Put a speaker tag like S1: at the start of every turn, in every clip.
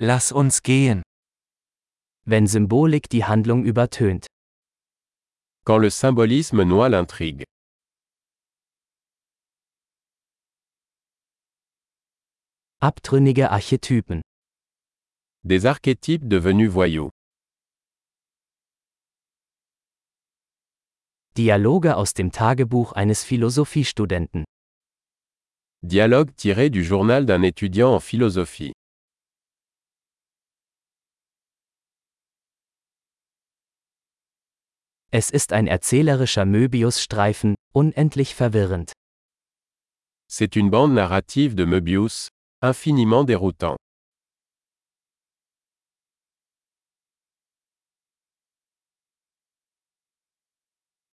S1: Lass uns gehen.
S2: Wenn Symbolik die Handlung übertönt.
S3: Quand le symbolisme noie l'intrigue.
S2: Abtrünnige Archetypen.
S3: Des archétypes devenus voyous.
S2: Dialoge aus dem Tagebuch eines Philosophiestudenten.
S3: Dialogue tiré du journal d'un étudiant en philosophie.
S2: Es ist ein erzählerischer Möbiusstreifen, unendlich verwirrend.
S3: C'est une bande narrative de Möbius, infiniment déroutant.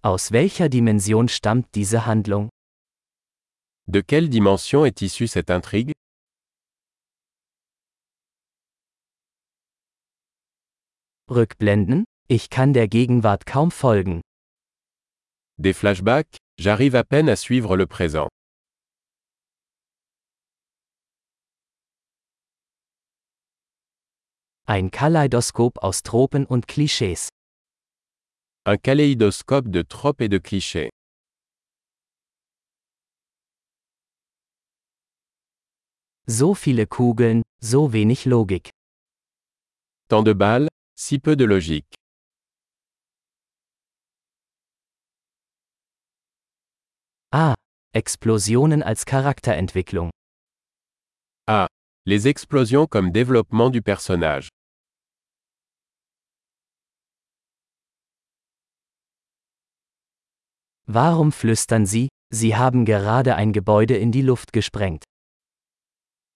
S2: Aus welcher Dimension stammt diese Handlung?
S3: De quelle dimension est issue cette intrigue
S2: Rückblenden? Ich kann der Gegenwart kaum folgen.
S3: Des flashbacks J'arrive à peine à suivre le présent.
S2: Ein Kaleidoskop aus Tropen und Klischees.
S3: Un kaléidoscope de tropes et de clichés.
S2: So viele Kugeln, so wenig Logik.
S3: Tant de balles, si peu de logique.
S2: Ah, Explosionen als Charakterentwicklung.
S3: Ah, les explosions comme développement du personnage.
S2: Warum flüstern Sie, Sie haben gerade ein Gebäude in die Luft gesprengt?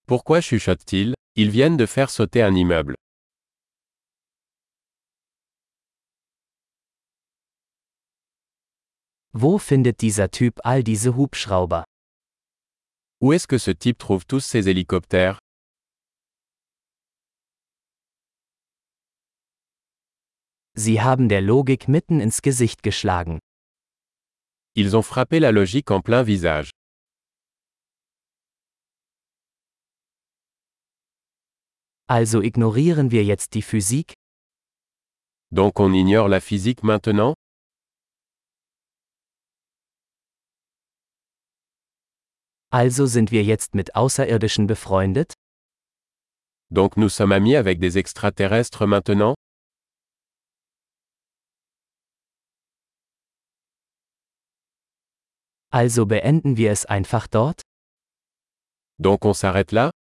S3: Pourquoi chuchote-t-il Ils viennent de faire sauter un immeuble.
S2: Wo findet dieser Typ all diese Hubschrauber?
S3: Où est-ce que ce type trouve tous ces hélicoptères
S2: Sie haben der Logik mitten ins Gesicht geschlagen.
S3: Ils ont frappé la logique en plein visage.
S2: Also ignorieren wir jetzt die Physik?
S3: Donc on ignore la physique maintenant
S2: Also sind wir jetzt mit Außerirdischen befreundet?
S3: Donc nous sommes amis avec des extraterrestres maintenant
S2: Also beenden wir es einfach dort?
S3: Donc on s'arrête là